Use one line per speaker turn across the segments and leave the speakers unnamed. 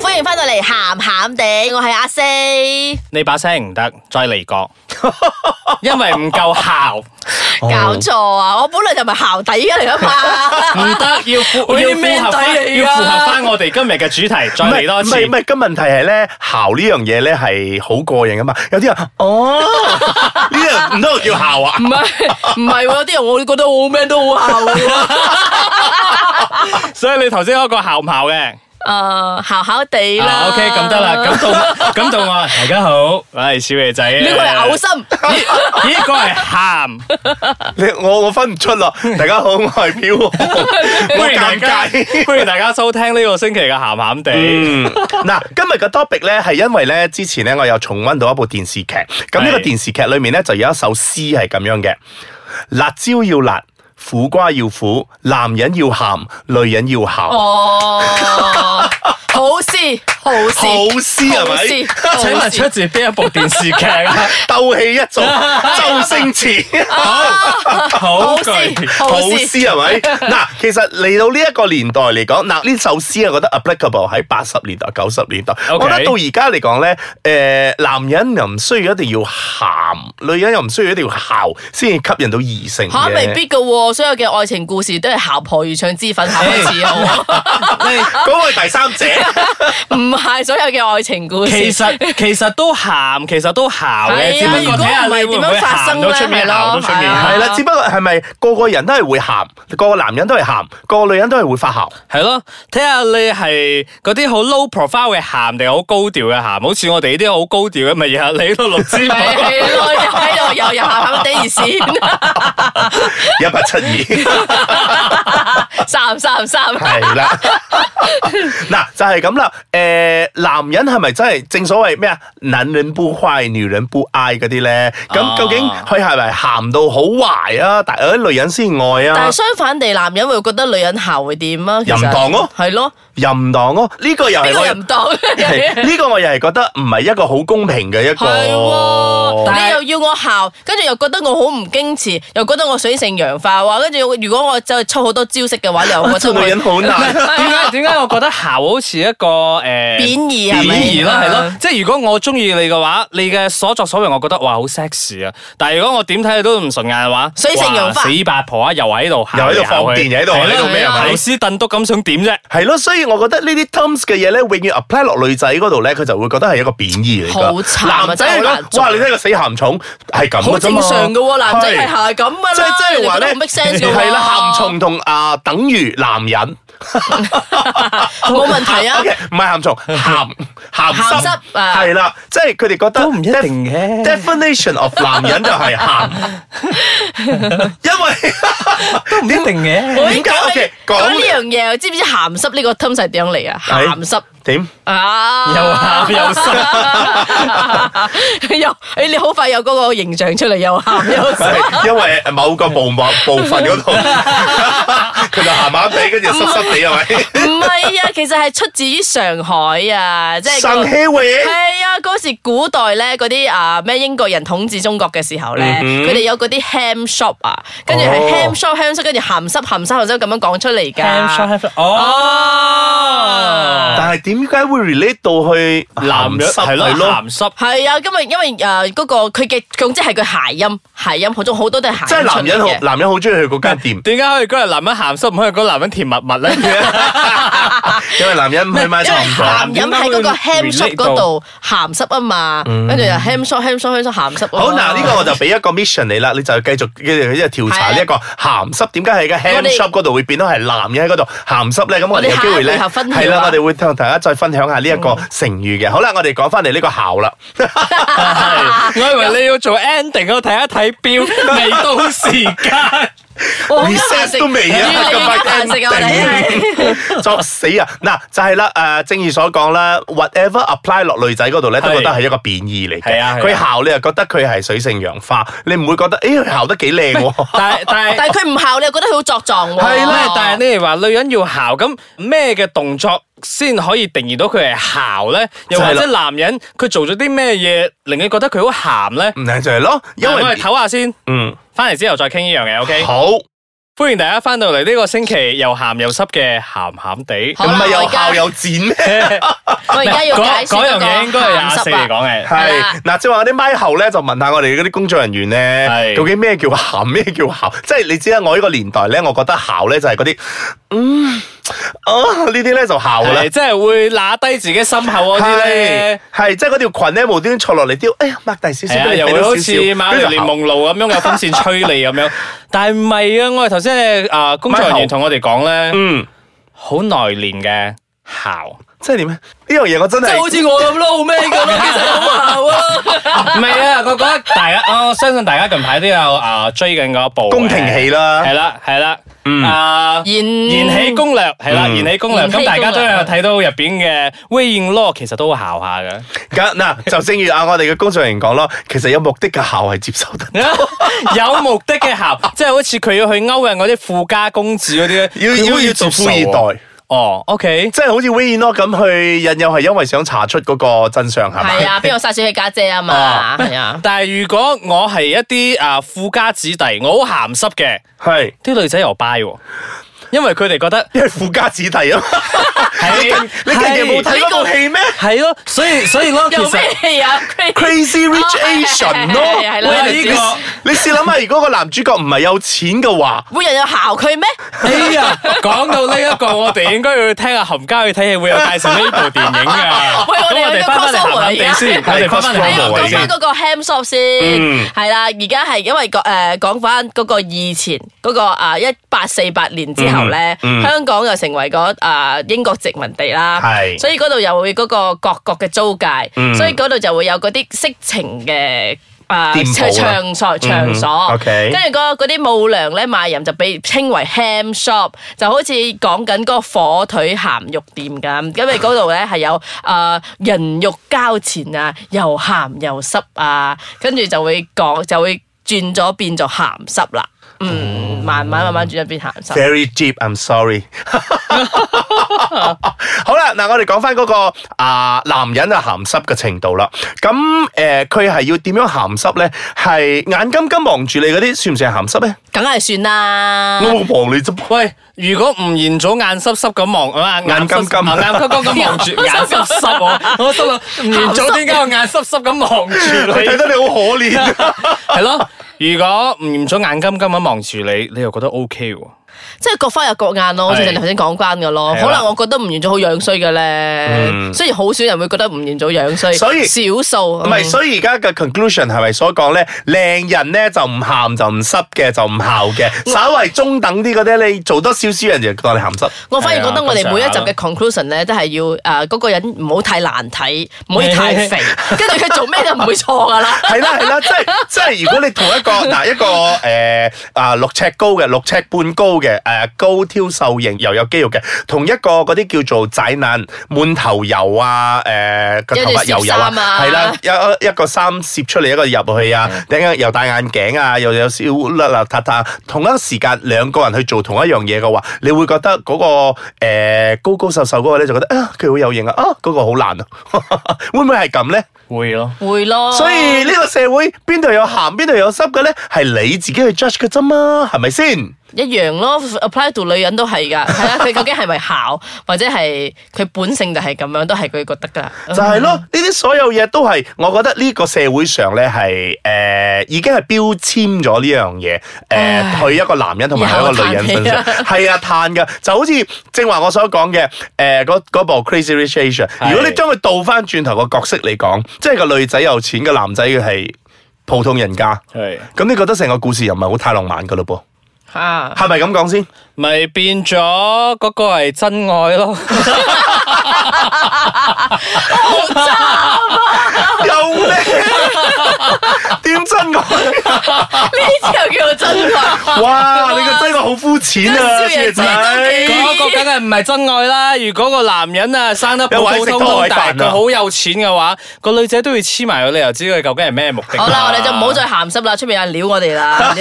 歡迎翻到嚟，鹹鹹地，我係阿四。
你把聲唔得，再嚟過，因為唔夠姣，
搞錯啊！我本來就唔係姣底嘅嚟啊
唔
嘛。
得要符
喂
要
你咩
符合
底嚟
翻，
㗎
要符合翻我哋今日嘅主題，再嚟多
唔係
次
唔。係，咁問題係咧，姣呢樣嘢咧係好過癮噶嘛。有啲人哦，呢樣唔都叫姣啊
唔？係唔係喎，有啲人我覺得我好 man 都好姣嘅喎。
所以你頭先嗰個姣唔姣嘅？
誒，姣姣地啦。
啊，OK，咁得啦，咁到咁到我，大家好，我係小爺仔。
呢個係 嘔心。
心，呢個係 鹹。
你我我分唔出咯。大家好，我係飄 紅，好
歡迎大
尷
家，
尬。
歡迎大家收聽呢個星期嘅鹹鹹地。
嗯，嗱，今日嘅 topic 咧係因為咧之前咧我有重温到一部電視劇，咁呢個
係
電視劇裏面咧就有一首詩係咁樣嘅：辣椒要辣，苦瓜要苦，男人要鹹，女人要姣。
哦，好事，好
好
事，
詩係
好
咪？
事
請
好
問
事
出自邊一部電視劇啊？
鬥氣一 族，周星馳。
好
好事
句。
好
好事。
詩係 咪？嗱，其實嚟到呢一個年代嚟講，嗱呢首詩我覺得 applicable 喺八十年代、九十年代。
OK
我覺得到而家嚟講咧，誒、男人又唔需要一定要鹹，女人又唔需要一定要姣，先至吸引到異性嘅
吓未必噶喎，所有嘅愛情故事都係姣婆如唱脂粉姣開 始好，
嗰個係第三者，
唔係所有嘅愛情故事。
其實其實都鹹，其實都鹹嘅，
係啊
只不過睇下你會唔
如果唔係
會
點樣發生
鹹
咧係咯
到出面，鹹到出
係
面。
啊
係啦。只不過係咪個個人都係會鹹，個個男人都係鹹，個個女人都係會發姣？
係咯，睇下你係嗰啲好 low profile 嘅鹹定係好高調嘅鹹，好似我哋呢啲好高調嘅，咪日日你度六支
係
舞。
係咯，又喺度又又鹹鹹地而先，
一八七二。
三三三，
係啊啦，嗱就係咁啦。誒、男人係咪真係正所謂咩啊？男人不壞，女人不愛嗰啲咧？
啊
咁究竟佢係咪鹹到好壞啊？但係啲女人先愛
但
啊
係？相反地，男人會覺得女人姣會點啊？其實
淫蕩咯，
係咯，
淫蕩咯，呢、個又
呢
係
個
我
淫蕩。
係呢個我又係覺得唔係一個好公平嘅一個。
係喎，
但係
你又要我姣，跟住又覺得我好唔矜持，又覺得我水性楊花哇！跟住如果我就出好多招式嘅話，又覺得
做
我
女 人好難。
點解點解我覺得姣好似一個誒
貶義係
貶
咪？
義啦，係咯，即係如果我中意你嘅話，你嘅所作所為，我覺得哇好 sexy 啊！但係如果我點睇你都唔順眼嘅話，
水性楊花
哇死八婆啊，又喺度行
又
嚟
喺度放
行去
電又喺度
係咯
喺度咩啊
老師燉督咁想點啫？
係咯，所以我覺得呢啲 terms 嘅嘢咧，永遠 apply 落女仔嗰度咧，佢就會覺得係一個貶義嚟㗎。
好慘啊
男仔
真係
嚟
好難
講，
做
哇！你睇個死鹹蟲係咁
好
㗎啫
正
嘛
常嘅喎，男仔係
係
係咁噶啦，
即係即係話咧，
你覺得唔 make sense 嘅喎
係啦，鹹蟲同啊等於男人
冇問題啊
，OK，唔係鹹蟲，鹹鹹
鹹濕
濕
啊
係啦，即係佢哋覺得
都唔一定嘅
def- Definition of 男人就係 鹹，因
唔一定嘅。
我已經
點解
講
OK，講
講呢樣嘢，知唔知鹹濕呢個 term 係點樣嚟啊？
為
鹹濕
點
啊，
又鹹又
濕，又誒你好快有嗰個形象出嚟，又鹹又 濕。
係因為某個部 分部分嗰度，佢就鹹鹹地，跟住濕濕地係咪？
唔係啊，其實係出自於上海啊，即係嗰個。
生氣味
係啊，嗰時古代咧，嗰啲啊咩英國人統治中國嘅時候咧，佢哋有嗰啲 ham shop à. 啊，跟住係
哦
ham shop ham shop，跟住鹹濕鹹濕鹹濕咁樣講出嚟㗎。
Ờ.
Ờ.
哦，
但係點解會 relate 到去
男人
鹹濕
係咯，鹹濕。
係啊，因為因為誒嗰個佢嘅總之係佢諧音，諧音好中好多都係
即
諧
係
音出嚟
男人好
嘅，
男人好中意去嗰間 店。
點解可以嗰日男人鹹濕，唔可以嗰日男人甜蜜蜜 咧？
因為男人唔去買
因
床
為鹹
單。
飲喺嗰個 ham shop
relate 到嗯
嗰度鹹濕啊嘛，跟住又 ham shop ham shop ham shop 鹹濕。
好嗱，呢個我就俾一個 mission 你啦，你就繼續繼續調查呢一個鹹濕點解喺個
我
ham
哋
shop 嗰度會變到係男人喺嗰度鹹濕咧？咁我哋有機會
我哋下一回
咧，
合分享啊
係啦，我哋會同大家再分享下呢一個成語嘅。好啦，我哋講翻嚟呢個姣啦，
我以為你要做 ending，我睇一睇表，未到時間。
我好
reset 都 未
要
啊，
你
咁
而家
快
飯食啊！我哋
哋 作死啊！嗱，就係啦，誒，正如所講啦，whatever apply 落女仔嗰度咧，都
係
覺得係一個貶義嚟
係啊
嘅。
係啊
佢姣你又覺得佢係水性楊花，你唔會覺得，哎誒，佢姣得幾靚 喎？
但係但係
但係佢唔效，你又覺得佢好作狀喎。
係啦，但係你哋話女人要姣，咁咩嘅動作先可以定義到佢係姣咧？又或
就係
者男人佢做咗啲咩嘢令你覺得佢好鹹咧？
唔係就係咯，因
嗱我啊哋
為
唞下先，
嗯
翻嚟之後再傾呢樣嘢。OK，
好，唔
歡迎大家翻到嚟呢個星期又鹹又濕嘅鹹鹹地。
好啦
係
我
又
而家
姣又剪 咩？
我而家要解
嗰
釋
嗰樣
嗰個
嘢應該係廿四
鹹
嚟
濕啊
講嘅。
係
啦
嗱，即係話啲咪後咧，就問下我哋嗰啲工作人員咧，
係
究竟咩叫姣，咩叫姣？即係你知啦，我呢個年代咧，我覺得姣咧就係嗰啲，嗯，啊呢啲咧就姣㗎啦
係。即係會揦低自己心口嗰啲
係
咧，
係，即係嗰條裙咧無端端錯落嚟，丟，哎呀擘大少少
係啊，
俾你
又
睇
會
到
好
少
似
少，
馬
跟
麗
住
蓮
姣
夢露咁樣有風扇吹你咁樣，但係唔係啊？我哋頭先咧啊工作人員同我哋講咧，
嗯，
好內斂嘅姣。
即係點咧？呢樣嘢我真
即係好
係。
似我咁咯，好咩咁咯，其實好姣啊。
唔係啊，我覺得大家，我相信大家近排都有啊追緊嗰一部
宮廷戲啦
係啦係啦，啊
延
延禧攻略係啦，
嗯
延禧攻略
延禧攻略
咁大家都有睇到入邊嘅魏瓔珞，其實都好姣下嘅，
咁嗱，就正如啊我哋嘅工作人員講咯，其實有目的嘅姣係接受得，
有目的嘅姣，即係好似佢要去勾引嗰啲富家公子嗰啲咧，
要
佢
要
會
要做富
接受啊
二
喎。
代，
哦，OK，
即係好似 w i n o 咁去引誘，係因為想查出嗰個真相係咪？
係啊，邊個殺死佢家姐啊
哦
嘛？係啊。
但係如果我係一啲啊富家子弟，我好鹹濕嘅，
係，
啲女仔又 buy 喎，因為佢哋覺得
因為富家子弟啊嘛。
係
你近期冇睇嗰部戲咩
係咯，所以所以咯，其
有
實
咩。戲啊
？Crazy
？Crazy
哦
Rich Asian 咯，
係係係係
喂呢
係係
個你試諗下，如果個男主角唔係有錢嘅話，
會有人姣佢咩？
哎呀，講到呢一個，我哋應該要聽下冚家去睇戲，會有介紹呢部電影㗎。
喂我哋
咁我
有
哋
個
翻返嚟鹹鹹地
crossover
先，我
而家
哋翻返嚟
係冇已
啊
鹹鹹地
講
經
翻
先。
嗰個 ham shop 先，
嗯
係啦，而家係因為講誒講翻嗰個以前嗰個啊一八四八年之後咧，
嗯
香港又成為咗啊英國殖民地啦，
係嗯
所以嗰度又會嗰個各國嘅租界，所以嗰度就會有嗰啲色情嘅。啊，
店鋪啊
場所場
嗯
所，
，OK
跟住嗰嗰啲舞娘咧賣淫就被稱為 ham shop，就好似講緊嗰個火腿鹹肉店咁，因為嗰度咧係有誒人肉交錢啊，又鹹又濕啊，跟住就會講就會轉咗變做鹹濕啦。嗯，慢慢慢慢轉咗變鹹濕。
Very deep, I'm sorry 好啦，嗱，我哋講翻嗰個啊、男人啊鹹濕嘅程度啦。咁誒，佢、係要點樣鹹濕咧？係眼金金望住你嗰啲，算唔算係鹹濕咧？
梗係算啦，
我望你啫噃，
喂，如果吳彥祖眼濕濕咁望啊，
眼金金
濕啊眼金金咁望住，眼濕濕我，我心諗吳彥祖點解我眼濕濕咁望住
佢睇
你？
得你好可憐。
係咯，如果吳彥祖眼金金咁望住你，你又覺得 O K 喎？
即係各花有各眼咯，好似
係
你頭先講關嘅咯。
係
可
啦
能我覺得吳彥祖好樣衰嘅咧，雖然好少人會覺得吳彥祖樣衰，
嗯所以
少數
唔
嗯
係，所以而家嘅 conclusion 係咪所講咧？靚人咧就唔鹹就唔濕嘅，就唔姣嘅，稍為中等啲嗰啲，你做多少少人就覺得你鹹濕。
我反而覺得我哋每一集
係啊
嘅 conclusion 咧，都係要誒嗰個人唔好太難睇，唔可 以太肥，跟住佢做咩都唔會錯噶啦。
係啦係啦，即 係即係，如果你同一個嗱一個誒啊六尺高嘅六尺半高嘅誒、高挑瘦型又有肌肉嘅，同一個嗰啲叫做仔難滿頭油啊誒個、
有
頭
隻
髮油油
攝衫啊嗯
係啦一一個衫攝出嚟一個入去啊，頂間又戴眼鏡啊，又有少甩邋遢遢，同一時間兩個人去做同一樣嘢嘅話，你會覺得嗰、個、誒高高瘦瘦嗰個咧就覺得啊佢好有型啊，啊嗰、個好難啊， 會唔會係咁咧？
會咯。
會咯，
所以呢個社會邊度有鹹邊度有濕嘅咧，係你自己去 judge 嘅啫嘛，係咪先？
一樣咯，apply 到女人都係㗎，係啊，佢 究竟係咪姣，或者係佢本性就係咁樣，都係佢覺得㗎。
就係咯，呢啲所有嘢都係，我覺得呢個社會上咧係誒已經係標籤咗呢樣嘢，誒、
唉
去一個男人同埋去一個女人身
以
上
後，
係啊，嘆嘅就好似正話我所講嘅誒嗰嗰部 Crazy Rich Asian，
係
如果你將佢倒翻轉頭個角色嚟講，即係個女仔有錢，個男仔係普通人家，
係。
咁你覺得成個故事又唔係好太浪漫噶咯噃？
啊，
係咪咁講先？
咪變咗嗰個係真愛咯，
又叻，點真我？
呢啲又叫做真愛。
哇！你個真係好膚淺啊，
跟住
小
人
仔
仔。
嗰個梗係唔係真愛啦！如果個男人啊生得普
有位
普通通，
食多位
但
飯
係
啊
佢好有錢嘅話，個女仔都要黐埋佢，你又知佢究竟係咩目的。
好啦，我哋就唔好再鹹濕啦，出面有人撩我哋 啦。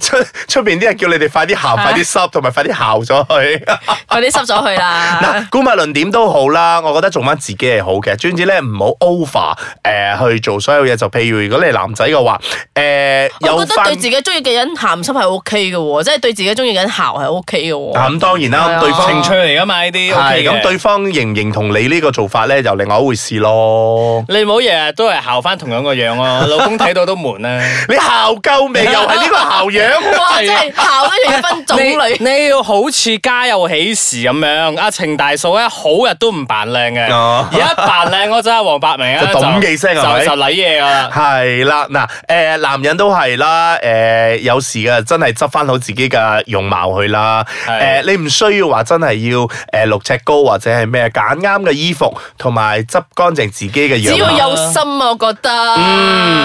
出出邊啲人叫你哋快啲鹹、
啊
快啲濕，同埋快啲姣咗佢。
快啲濕咗佢啦
嗱，！姑勿論點都好啦，我覺得做翻自己係好嘅，總之咧唔好 over 誒、去做所有嘢。就譬如如果你係男仔嘅話，誒、
我
有
覺得
翻
對自己中意嘅人鹹濕係 O K 嘅喎，即係對自己中意嘅人姣係 O K 嘅
啊
喎。
咁當然
係
啦，
啊
咁對方
情趣嚟噶嘛呢啲
係
，OK
咁
嘅。
對方認唔認同你呢個做法咧，就另外一回事咯。
你唔好日日都係校翻同樣個樣咯，老公睇到都悶啦。
你校鳩 未？又係呢個校樣。
哇！真 係啊姣都要分種類。
你你要好似家有喜事咁樣，阿程大嫂咧好日都唔扮靚嘅，
哦
而家扮靚嗰陣阿黃百鳴咧
就咚幾聲
就
係咪
就禮嘢噶啦。
係啦，嗱，誒，男人都係啦，誒、有時嘅真係執翻好自己嘅容貌去啦，誒、
係
你唔需要話真係要誒、六尺高或者係咩，揀啱嘅衣服同埋執乾淨自己嘅
只
樣
要
貌。
有心啊，我嗯啊覺得。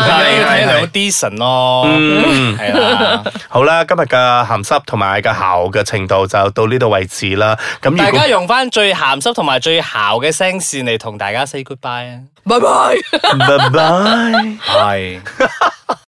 係係
係你要睇
係
兩 decent 咯，
嗯
係啦。
好啦，今日嘅鹹濕同埋嘅姣嘅程度就到呢度為止啦。咁如
大
果
家用翻最鹹濕同埋最姣嘅聲線嚟同大家 say goodbye 啊！
拜拜。
拜拜。
係。